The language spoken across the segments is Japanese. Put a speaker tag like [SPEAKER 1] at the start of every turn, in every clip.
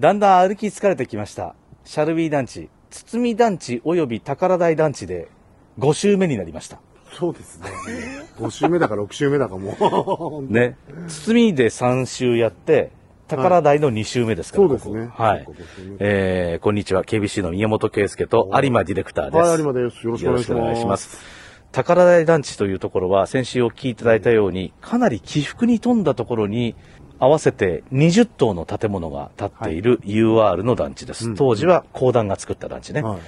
[SPEAKER 1] だんだん歩き疲れてきました。シャルビー団地、堤団地及び宝台団地で5周目になりました。
[SPEAKER 2] そうですね。5週目だか6週目だかもう。
[SPEAKER 1] ね。堤で3周やって、宝台の2周目ですから、
[SPEAKER 2] そうですね
[SPEAKER 1] ここはい
[SPEAKER 2] ここですね。
[SPEAKER 1] えー、こんにちは。KBC の宮本圭介と有馬ディレクター です。
[SPEAKER 2] はい、有馬です。よろしく
[SPEAKER 1] よろ
[SPEAKER 2] お願い
[SPEAKER 1] し
[SPEAKER 2] し
[SPEAKER 1] くお願
[SPEAKER 2] ま
[SPEAKER 1] い
[SPEAKER 2] す。
[SPEAKER 1] します。宝台団地というところは、先週お聞きいただいたように、かなり起伏に富んだところに、合わせて20棟の建物が建っている UR の団地です。
[SPEAKER 2] うん
[SPEAKER 1] 当時は公団が作った団地ね。
[SPEAKER 2] はい。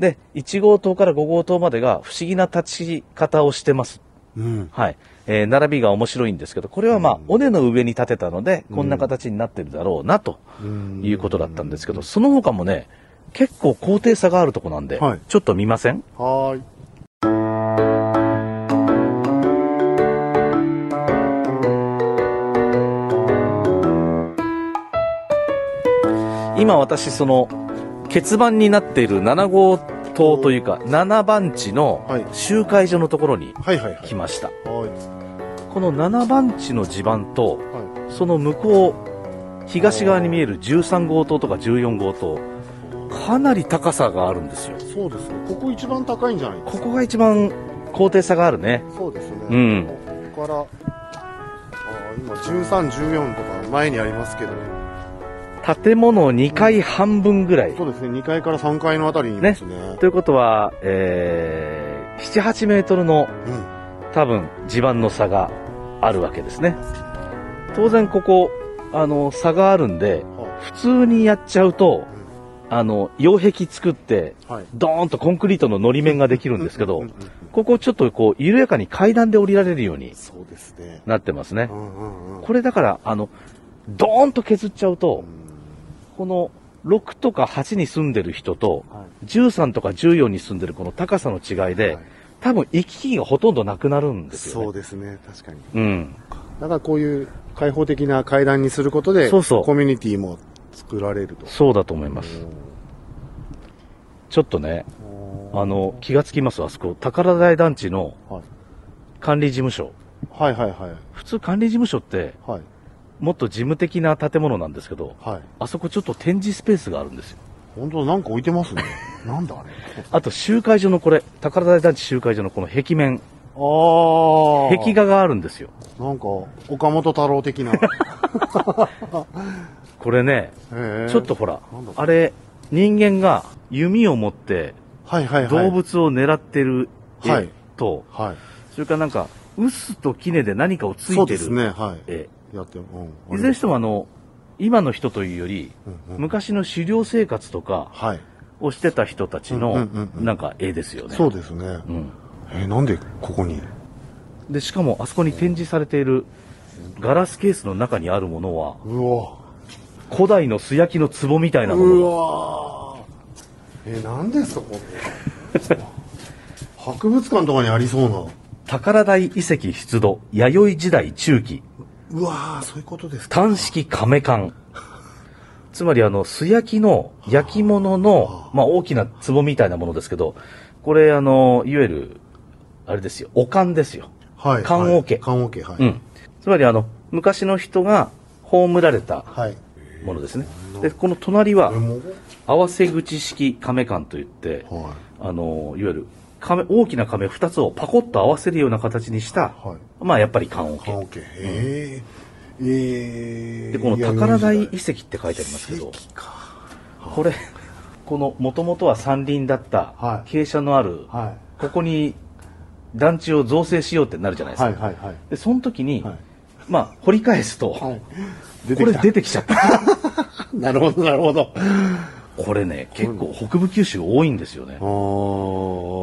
[SPEAKER 1] で、1号棟から5号棟までが不思議な立ち方をしてます。
[SPEAKER 2] うん。
[SPEAKER 1] はい。えー並びが面白いんですけど、これはまあ
[SPEAKER 2] うん、
[SPEAKER 1] 尾根の上に建てたので、こんな形になってるだろうな、と
[SPEAKER 2] うん
[SPEAKER 1] いうことだったんですけど、その他もね、結構高低差があるとこなんで
[SPEAKER 2] はい、
[SPEAKER 1] ちょっと見ません
[SPEAKER 2] はーい。
[SPEAKER 1] 今私その欠番になっている7号棟というか7番地の
[SPEAKER 2] はい
[SPEAKER 1] 集会所のところに
[SPEAKER 2] はいはいはい。
[SPEAKER 1] 来ました、
[SPEAKER 2] はい。
[SPEAKER 1] この7番地の地盤と
[SPEAKER 2] は
[SPEAKER 1] その向こう東側に見える13号棟とか14号棟かなり高さがあるんですよ
[SPEAKER 2] い。そうですね。ここ一番高いんじゃない
[SPEAKER 1] ここが一番高低差があるね
[SPEAKER 2] そうですね。
[SPEAKER 1] うん
[SPEAKER 2] ここから、あー今13、14とか前にありますけど、
[SPEAKER 1] 建物2階半分ぐらい
[SPEAKER 2] そうですね。2階から3階のあたりにいますね。
[SPEAKER 1] ということは、えー、78メートルの
[SPEAKER 2] うん。
[SPEAKER 1] 多分地盤の差があるわけですね当然ここあの差があるんで
[SPEAKER 2] は
[SPEAKER 1] 普通にやっちゃうとあの擁壁作って
[SPEAKER 2] い。はい。
[SPEAKER 1] ドーンとコンクリートののり面ができるんですけ
[SPEAKER 2] う
[SPEAKER 1] ど
[SPEAKER 2] んうんうん
[SPEAKER 1] ここちょっとこう緩やかに階段で降りられるように
[SPEAKER 2] そうですね。
[SPEAKER 1] なってますね
[SPEAKER 2] うんうんうん。
[SPEAKER 1] これだからあのドーンと削っちゃうとこの6とか8に住んでる人と
[SPEAKER 2] はい
[SPEAKER 1] 13とか14に住んでるこの高さの違いで
[SPEAKER 2] はい
[SPEAKER 1] 多分行き来がほとんどなくなるんです
[SPEAKER 2] そ
[SPEAKER 1] よ
[SPEAKER 2] う
[SPEAKER 1] ね
[SPEAKER 2] ですね。確かに。
[SPEAKER 1] うん
[SPEAKER 2] だからこういう開放的な階段にすることで、
[SPEAKER 1] そうそう
[SPEAKER 2] コミュニティも作られると。
[SPEAKER 1] そうだと思いますちょっとね、あの、気がつきます、あそこ。宝台団地の
[SPEAKER 2] はい、
[SPEAKER 1] 管理事務所。
[SPEAKER 2] はいはいはい。
[SPEAKER 1] 普通管理事務所って、
[SPEAKER 2] はい。
[SPEAKER 1] もっと事務的な建物なんですけど、
[SPEAKER 2] はい。
[SPEAKER 1] あそこちょっと展示スペースがあるんですよ。
[SPEAKER 2] 本当だなんか置いてますね。 なんだあれ。
[SPEAKER 1] あと、集会所のこれ、宝台団地集会所のこの壁面、
[SPEAKER 2] ああ。
[SPEAKER 1] 壁。画があるんですよ。
[SPEAKER 2] なんか、岡本太郎的 な。
[SPEAKER 1] これね、
[SPEAKER 2] へー
[SPEAKER 1] ちょっと。ほら
[SPEAKER 2] なんだ、
[SPEAKER 1] あれ、人間が弓を持って
[SPEAKER 2] はいはいはい。
[SPEAKER 1] 動。物を狙ってる
[SPEAKER 2] は
[SPEAKER 1] 絵
[SPEAKER 2] い
[SPEAKER 1] と、
[SPEAKER 2] はい。
[SPEAKER 1] それからなんか、臼と杵で何かをつ
[SPEAKER 2] そう
[SPEAKER 1] いて
[SPEAKER 2] です
[SPEAKER 1] る
[SPEAKER 2] ね。は
[SPEAKER 1] 絵。
[SPEAKER 2] い。やって、うん。
[SPEAKER 1] いずれにしてもあの、今の人というより、
[SPEAKER 2] うんうん、
[SPEAKER 1] 昔の狩猟生活とか
[SPEAKER 2] はい。
[SPEAKER 1] をしてた人たち
[SPEAKER 2] うんう
[SPEAKER 1] の
[SPEAKER 2] んうん、うん
[SPEAKER 1] なんか絵ですよね。
[SPEAKER 2] そうですね。
[SPEAKER 1] うん
[SPEAKER 2] えーなんでここに
[SPEAKER 1] で、しかもあそこに展示されているガラスケースの中にあるものは、
[SPEAKER 2] うわ
[SPEAKER 1] 古代の素焼きの壺みたいなもの
[SPEAKER 2] う
[SPEAKER 1] が。
[SPEAKER 2] わーえー、なんでそこ博物館とかにありそうな
[SPEAKER 1] 宝台遺跡出土、弥生時代中期、
[SPEAKER 2] うわーそういうことですか
[SPEAKER 1] 単式亀缶。つまりあの、素焼きの焼き物の、まあ大きな壺みたいなものですけど、これあの、いわゆる、あれですよ、お缶ですよ。
[SPEAKER 2] はい
[SPEAKER 1] 棺桶
[SPEAKER 2] 棺桶はい、
[SPEAKER 1] うん。つまりあの、昔の人が葬られた
[SPEAKER 2] はい
[SPEAKER 1] ものですね。で、この隣は
[SPEAKER 2] これ、も
[SPEAKER 1] 合わせ口式亀缶といって、
[SPEAKER 2] は
[SPEAKER 1] あの、いわゆる、亀、大きな亀2つをパコッと合わせるような形にした、
[SPEAKER 2] いはい
[SPEAKER 1] まあやっぱり缶
[SPEAKER 2] 棺
[SPEAKER 1] 桶。
[SPEAKER 2] 桶へええー、
[SPEAKER 1] で、この宝台遺
[SPEAKER 2] 遺跡
[SPEAKER 1] 跡って書いてありますけど、
[SPEAKER 2] か
[SPEAKER 1] これ、この、もともとは山林だった
[SPEAKER 2] は、い
[SPEAKER 1] 傾斜のある、
[SPEAKER 2] は
[SPEAKER 1] ここに団地を造成しようってなるじゃないで
[SPEAKER 2] い
[SPEAKER 1] すか。
[SPEAKER 2] はいはいはい
[SPEAKER 1] で、その時に、
[SPEAKER 2] はい
[SPEAKER 1] まあ、掘り返すと、
[SPEAKER 2] はい
[SPEAKER 1] これ
[SPEAKER 2] た
[SPEAKER 1] 出てきちゃった。
[SPEAKER 2] なるほどなるほど
[SPEAKER 1] これね、結構北部九州多いんですよね。あ
[SPEAKER 2] あ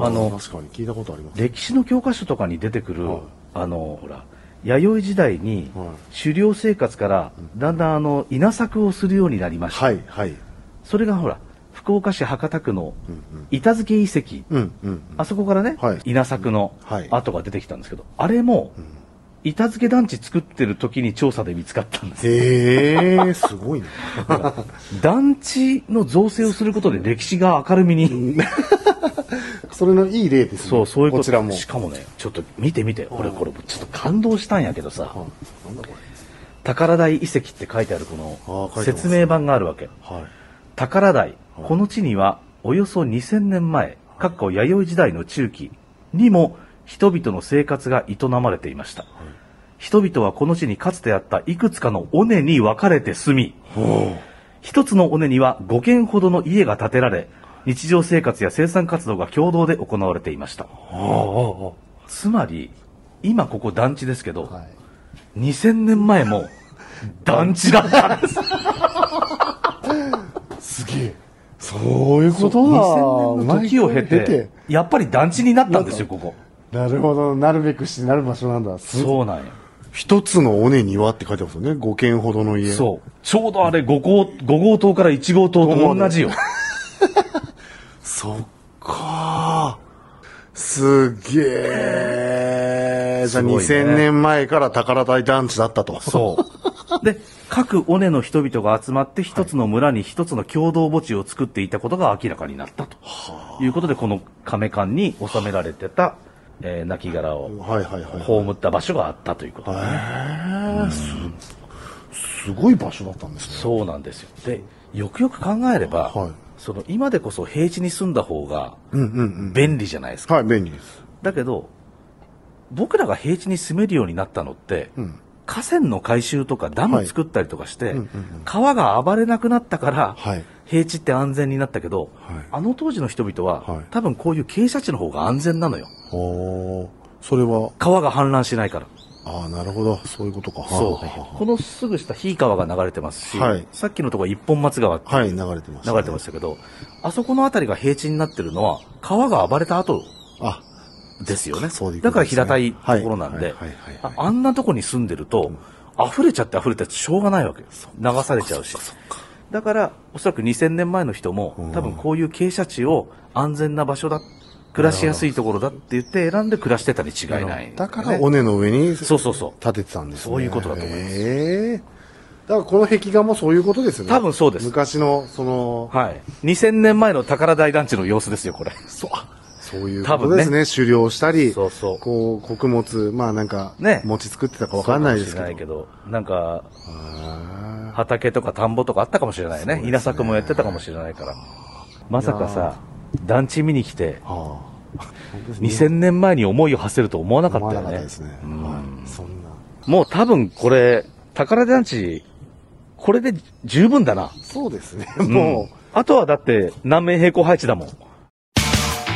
[SPEAKER 1] の
[SPEAKER 2] あ確かに聞いたことあります
[SPEAKER 1] 歴史の教科書とかに出てくる、
[SPEAKER 2] はい
[SPEAKER 1] あの、ほら、弥生時代に
[SPEAKER 2] はい
[SPEAKER 1] 狩猟生活からだんだんあの稲作をするようになりました。
[SPEAKER 2] はいはい
[SPEAKER 1] それがほら、福岡市博多区の
[SPEAKER 2] うんうん
[SPEAKER 1] 板付遺跡、
[SPEAKER 2] うんうん
[SPEAKER 1] あそこからね、
[SPEAKER 2] はい
[SPEAKER 1] 稲作の
[SPEAKER 2] はい
[SPEAKER 1] 跡が出てきたんですけど、あれも、板付団地作ってる時に調査で見つかったんです。
[SPEAKER 2] へえすごいね
[SPEAKER 1] 団地の造成をすることで歴史が明るみに。
[SPEAKER 2] それのいい例ですね。
[SPEAKER 1] そう、そういうこと。
[SPEAKER 2] こちらも。
[SPEAKER 1] しかもね、ちょっと見て見て。俺、これ、ちょっと感動したんやけどさ。
[SPEAKER 2] はいなんだこれ。
[SPEAKER 1] 宝台遺跡って書いてあるこ
[SPEAKER 2] あ
[SPEAKER 1] の
[SPEAKER 2] ー書いてます
[SPEAKER 1] 説明版があるわけ。
[SPEAKER 2] はい。
[SPEAKER 1] 宝台、
[SPEAKER 2] はい
[SPEAKER 1] この地にはおよそ2000年前、かっこ弥生時代の中期にも人々の生活が営まれていました。人々はこの地にかつてあったいくつかの尾根に分かれて住み、
[SPEAKER 2] お
[SPEAKER 1] 一つの尾根には5軒ほどの家が建てられ、日常生活や生産活動が共同で行われていました。
[SPEAKER 2] お
[SPEAKER 1] つまり、今ここ団地ですけど、
[SPEAKER 3] はい。
[SPEAKER 1] 2000年前も団地だったんです。
[SPEAKER 3] すげえ。そういうことだ。
[SPEAKER 1] 2000年の時を経
[SPEAKER 3] 毎回
[SPEAKER 1] て、やっぱり団地になったんですよ、ここ。
[SPEAKER 3] なるほど。なるべくしてなる場所なんだ。す
[SPEAKER 1] そうなんや。
[SPEAKER 2] 一つの尾根にはって書いてますよね。5軒ほどの家。う。
[SPEAKER 1] そう。ちょうどあれ5号、5号棟から1号棟と同じよ。
[SPEAKER 2] そっかーすげえ。じゃ
[SPEAKER 1] す
[SPEAKER 2] あ
[SPEAKER 1] ごいね
[SPEAKER 2] 2000年前から宝台団地だったと。
[SPEAKER 1] そう。で、各尾根の人々が集まって一つの村に一つの共同墓地を作っていたことが明らかになったと。いうことで、この亀館に収められてた、えー、亡骸を
[SPEAKER 2] はいはいはい。
[SPEAKER 1] 葬った場所があったということ。
[SPEAKER 3] すごい場所だったんですね。
[SPEAKER 1] そうなんですよ。で、よくよく考えれば、
[SPEAKER 2] はい
[SPEAKER 1] その今でこそ平地に住んだ方が
[SPEAKER 2] うんうんうん。
[SPEAKER 1] 便利じゃないですか。
[SPEAKER 2] はい、便利です。
[SPEAKER 1] だけど、僕らが平地に住めるようになったのって、
[SPEAKER 2] うん。
[SPEAKER 1] 河川の改修とかダム作ったりとかして、
[SPEAKER 2] んうん
[SPEAKER 1] 川が暴れなくなったから、
[SPEAKER 2] はい
[SPEAKER 1] 平地って安全になったけど、
[SPEAKER 2] はい
[SPEAKER 1] あの当時の人々は、
[SPEAKER 2] はい
[SPEAKER 1] 多分こういう傾斜地の方が安全なのよ。
[SPEAKER 2] おーそれは、
[SPEAKER 1] 川が氾濫しないから。
[SPEAKER 2] ああ、なるほど。そういうことか。
[SPEAKER 1] そ
[SPEAKER 2] はあはあ
[SPEAKER 1] う。このすぐ下、ひい川が流れてますし、
[SPEAKER 2] はい
[SPEAKER 1] さっきのところ一本松川って
[SPEAKER 2] はい、流れてました、
[SPEAKER 1] 流れてましたけど、あそこの辺りが平地になってるのは、川が暴れた後
[SPEAKER 2] あ、
[SPEAKER 1] ですよね。
[SPEAKER 2] そういうこ
[SPEAKER 1] だか
[SPEAKER 2] と
[SPEAKER 1] ら
[SPEAKER 2] ですね
[SPEAKER 1] 平たいところなん
[SPEAKER 2] はい
[SPEAKER 1] で
[SPEAKER 2] はいはいはい、
[SPEAKER 1] ああんなとこに住んでると、溢れちゃって溢れてしょうがないわけです。流されちゃうし。だから、おそらく2000年前の人も、多分こういう傾斜地を安全な場所だ、暮らしやすいところだって言って選んで暮らしてたに違いない、
[SPEAKER 2] だから尾根の上に
[SPEAKER 1] そ
[SPEAKER 2] 建
[SPEAKER 1] うそうそう。
[SPEAKER 2] ててたんですね。
[SPEAKER 1] そういうことだと思います
[SPEAKER 2] ええだからこの壁画もそういうことですよね。
[SPEAKER 1] 多分そうです
[SPEAKER 2] 昔の、その、
[SPEAKER 1] はい。2000年前の宝大団地の様子ですよ、これ。
[SPEAKER 2] そう、あそういう
[SPEAKER 1] 多
[SPEAKER 2] こと
[SPEAKER 1] 分ね
[SPEAKER 2] ですね。狩猟したり、
[SPEAKER 1] そうそう
[SPEAKER 2] こう、穀物、まあなんか、
[SPEAKER 1] ね
[SPEAKER 2] 餅作ってたかわかんないですけど。
[SPEAKER 1] そうかもしれないけどなんか、
[SPEAKER 2] あ
[SPEAKER 1] 畑とか田んぼとかあったかもしれないね稲作もやってたかもしれないからまさかさ団地見に来て
[SPEAKER 2] ーあ
[SPEAKER 1] 2000年前に思いを馳せると思わな
[SPEAKER 2] ー。
[SPEAKER 1] か
[SPEAKER 2] 思
[SPEAKER 1] った
[SPEAKER 2] わな
[SPEAKER 1] よね
[SPEAKER 2] かったですね。
[SPEAKER 1] うん
[SPEAKER 2] はい。そんな。
[SPEAKER 1] もう多分これ宝団地これで十分だな
[SPEAKER 2] そうですね。
[SPEAKER 1] うん
[SPEAKER 2] もう、
[SPEAKER 1] あとはだって南面平行配置だもん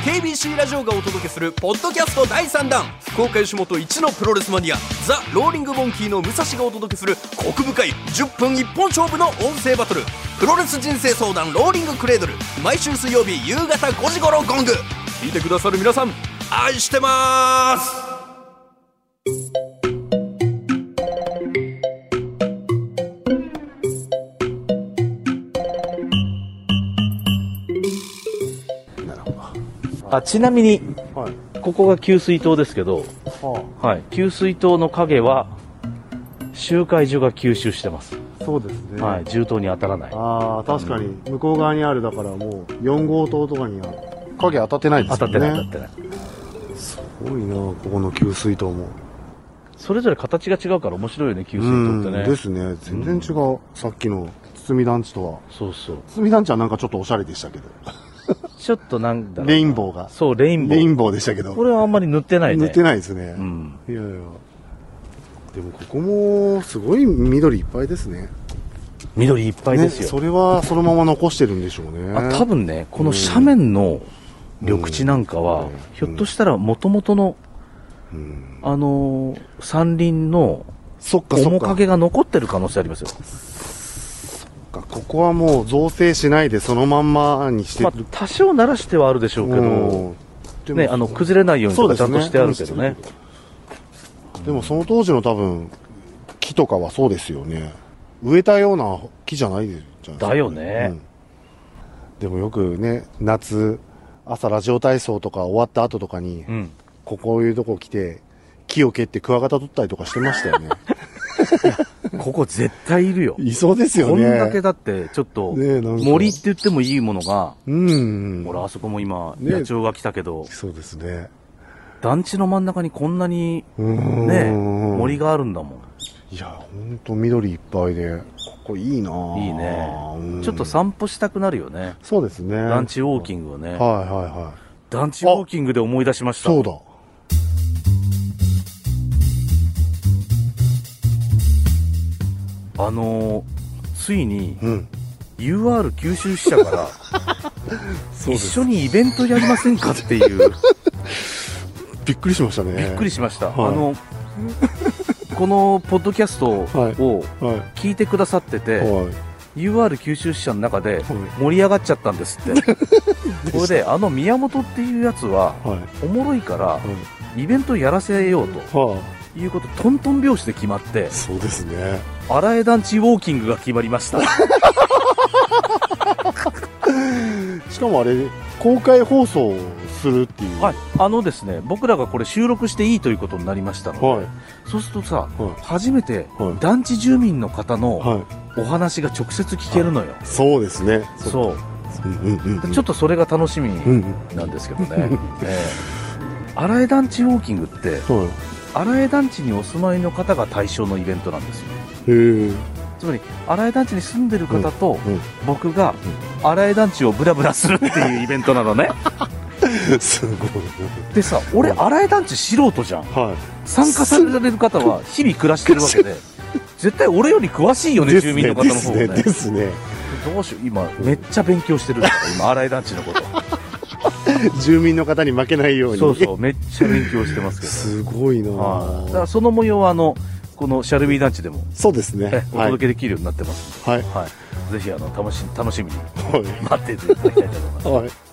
[SPEAKER 4] KBC ラジオがお届けするポッドキャスト第3弾福岡吉本一のプロレスマニアザ・ローリング・モンキーの武蔵がお届けするコク深い10分一本勝負の音声バトルプロレス人生相談ローリングクレードル毎週水曜日夕方5時頃ゴング聞いてくださる皆さん愛してます
[SPEAKER 1] あちなみに
[SPEAKER 2] はい。
[SPEAKER 1] ここが給水塔ですけど、
[SPEAKER 2] は
[SPEAKER 1] はい、給水塔の影は集会所が吸収してます、
[SPEAKER 2] あ、そうですね。
[SPEAKER 1] はい、銃刀に当たらない
[SPEAKER 2] ああ、確かに、向こう側にある、だからもう、4号棟とかには、影当たってないで
[SPEAKER 1] 当
[SPEAKER 2] す
[SPEAKER 1] た
[SPEAKER 2] よ
[SPEAKER 1] って
[SPEAKER 2] ね。
[SPEAKER 1] ない当たってない
[SPEAKER 2] すごいな、ここの給水塔も。
[SPEAKER 1] それぞれ形が違うから面白いよね、給水塔ってね。
[SPEAKER 2] ですね。全然違う、さっきの堤団地とは。
[SPEAKER 1] そうそう。
[SPEAKER 2] 堤団地はなんかちょっとおしゃれでしたけど。
[SPEAKER 1] ちょっとなんだろうな
[SPEAKER 2] レインボーが。
[SPEAKER 1] そう、レインボー。
[SPEAKER 2] レインボーでしたけど。
[SPEAKER 1] これはあんまり塗ってないね。
[SPEAKER 2] 塗ってないですね。
[SPEAKER 1] うん。
[SPEAKER 2] いやいや。でもここも、すごい緑いっぱいですね。
[SPEAKER 1] 緑いっぱい
[SPEAKER 2] ね、
[SPEAKER 1] ですよ。
[SPEAKER 2] それはそのまま残してるんでしょうね。
[SPEAKER 1] あ多分ね、この斜面の緑地なんかは、ひょっとしたら元々の、あのー山林の
[SPEAKER 2] そっかそっ
[SPEAKER 1] 面
[SPEAKER 2] か。
[SPEAKER 1] 影が残ってる可能性ありますよ。
[SPEAKER 2] ここはもう造成しないでそのまんまにして
[SPEAKER 1] まあ
[SPEAKER 2] る、
[SPEAKER 1] 多少ならしてはあるでしょうけど、
[SPEAKER 2] け
[SPEAKER 1] ね、あの、崩れないようにとかちゃんとしてあるけどね。
[SPEAKER 2] でもその当時の多分、木とかはそうですよね。植えたような木じゃないじゃないですか。
[SPEAKER 1] だよね
[SPEAKER 2] うんでもよくね、夏、朝ラジオ体操とか終わった後とかに、
[SPEAKER 1] うん。
[SPEAKER 2] ここういうとこ来て、木を蹴ってクワガタ取ったりとかしてましたよね。
[SPEAKER 1] ここ絶対 いるよ。
[SPEAKER 2] いそうですよね。
[SPEAKER 1] こんだけだって、ちょっと、
[SPEAKER 2] ねえなんか
[SPEAKER 1] 森って言ってもいいものが、
[SPEAKER 2] うん。
[SPEAKER 1] ほら、あそこも今、
[SPEAKER 2] ねえ
[SPEAKER 1] 野鳥が来たけど、
[SPEAKER 2] そうですね。
[SPEAKER 1] 団地の真ん中にこんなに、
[SPEAKER 2] ん
[SPEAKER 1] ねえ、森があるんだもん。
[SPEAKER 2] いいや本当緑いっぱいでここいいなぁ
[SPEAKER 1] いいね、
[SPEAKER 2] うん
[SPEAKER 1] ちょっと散歩したくなるよね、
[SPEAKER 2] そうですね
[SPEAKER 1] 団地ウォーキングをね、
[SPEAKER 2] はいはいはい
[SPEAKER 1] 団地ウォーキングで思い出しました
[SPEAKER 2] そうだ
[SPEAKER 1] あのーついに
[SPEAKER 2] うん
[SPEAKER 1] UR 九州支社から 一緒にイベントやりませんかっていう
[SPEAKER 2] びっくりしましたね
[SPEAKER 1] びっくりしました、
[SPEAKER 2] はい
[SPEAKER 1] あのこのポッドキャスト
[SPEAKER 2] はい
[SPEAKER 1] を
[SPEAKER 2] はい
[SPEAKER 1] 聞いてくださってて、
[SPEAKER 2] はい
[SPEAKER 1] UR 九州支社の中で盛り上がっちゃったんです ってそれであの宮本っていうやつは
[SPEAKER 2] はい
[SPEAKER 1] おもろいからイベントやらせようと
[SPEAKER 2] は
[SPEAKER 1] いうことトントン拍子で決まって
[SPEAKER 2] あそうですね
[SPEAKER 1] 荒江団地ウォーキングが決まりました
[SPEAKER 2] しかもあれ公開放送するっていう
[SPEAKER 1] はいあのですね僕らがこれ収録していいということになりましたので、
[SPEAKER 2] はい
[SPEAKER 1] そうするとさ、
[SPEAKER 2] はい
[SPEAKER 1] 初めて
[SPEAKER 2] はい
[SPEAKER 1] 団地住民の方の
[SPEAKER 2] は
[SPEAKER 1] お話が直接聞けるのよ、
[SPEAKER 2] いそうですね
[SPEAKER 1] そう
[SPEAKER 2] うんうんうん
[SPEAKER 1] うちょっとそれが楽しみ
[SPEAKER 2] うんうん
[SPEAKER 1] なんですけどね、ええ荒江団地ウォーキングって
[SPEAKER 2] はい
[SPEAKER 1] 荒江団地にお住まいの方が対象のイベントなんですよ
[SPEAKER 2] へえ
[SPEAKER 1] つまり荒江団地に住んでる方と
[SPEAKER 2] うん
[SPEAKER 1] 僕が荒江団地をブラブラするっていうイベントな のね
[SPEAKER 2] すごい
[SPEAKER 1] でさ俺荒江団地素人じゃん
[SPEAKER 2] は
[SPEAKER 1] 参加される方は日々暮らしてるわけで絶対俺より詳しいよ
[SPEAKER 2] い
[SPEAKER 1] ね住民の方の
[SPEAKER 2] です
[SPEAKER 1] 方
[SPEAKER 2] ね
[SPEAKER 1] ね
[SPEAKER 2] ですね
[SPEAKER 1] どうしよう今めっちゃ勉強してるんだ から今荒井団地のこと
[SPEAKER 2] ですね住民の方に負けないように
[SPEAKER 1] そうそうめっちゃ勉強してますけ ど
[SPEAKER 2] すごいな
[SPEAKER 1] はいだから
[SPEAKER 2] ぁ
[SPEAKER 1] その模様はあのこのシャルビー団地でも
[SPEAKER 2] そうですね
[SPEAKER 1] えお
[SPEAKER 2] はい
[SPEAKER 1] 届けできるようになってます
[SPEAKER 2] はい
[SPEAKER 1] はい、ぜひあの楽し楽しみに
[SPEAKER 2] はい
[SPEAKER 1] 待ってていただきたいと思います
[SPEAKER 2] はい